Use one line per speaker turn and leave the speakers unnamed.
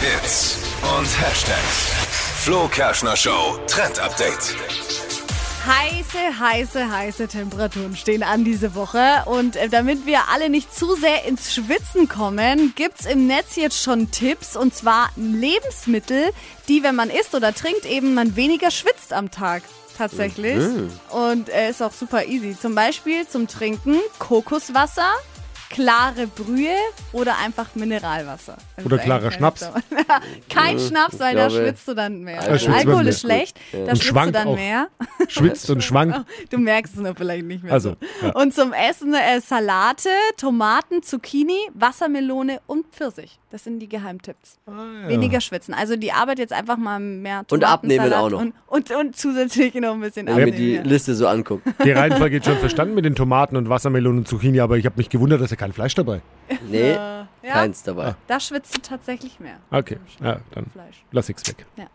Hits und Hashtags. Flo Kerschner Show Trend Update.
Heiße, heiße, heiße Temperaturen stehen an diese Woche. Und äh, damit wir alle nicht zu sehr ins Schwitzen kommen, gibt's im Netz jetzt schon Tipps. Und zwar Lebensmittel, die, wenn man isst oder trinkt, eben man weniger schwitzt am Tag. Tatsächlich.
Mhm.
Und äh, ist auch super easy. Zum Beispiel zum Trinken Kokoswasser, klare Brühe oder einfach Mineralwasser. Das
Oder
ist
klarer
eigentlich
Schnaps.
Kein Schnaps, weil da
glaube,
schwitzt du dann mehr.
da schwitzt man
Alkohol
mehr.
ist schlecht, da schwitzt du
schwankt
dann
auch.
mehr.
Schwitzt und schwankt.
Du merkst es nur vielleicht nicht mehr.
Also,
so.
ja.
Und zum Essen äh, Salate, Tomaten, Zucchini, Wassermelone und Pfirsich. Das sind die Geheimtipps.
Ah,
Weniger schwitzen. Also die Arbeit jetzt einfach mal mehr
Und abnehmen
Tomatensalat
auch noch.
Und, und, und zusätzlich noch ein bisschen
wenn wir
abnehmen.
die
ja.
Liste so angucken.
Die Reihenfolge geht schon verstanden mit den Tomaten und Wassermelonen und Zucchini, aber ich habe mich gewundert, dass er kein Fleisch dabei.
Nee,
Äh, ja,
keins dabei.
Da schwitzt du tatsächlich mehr.
Okay, ja, dann
Fleisch.
lass ich's weg.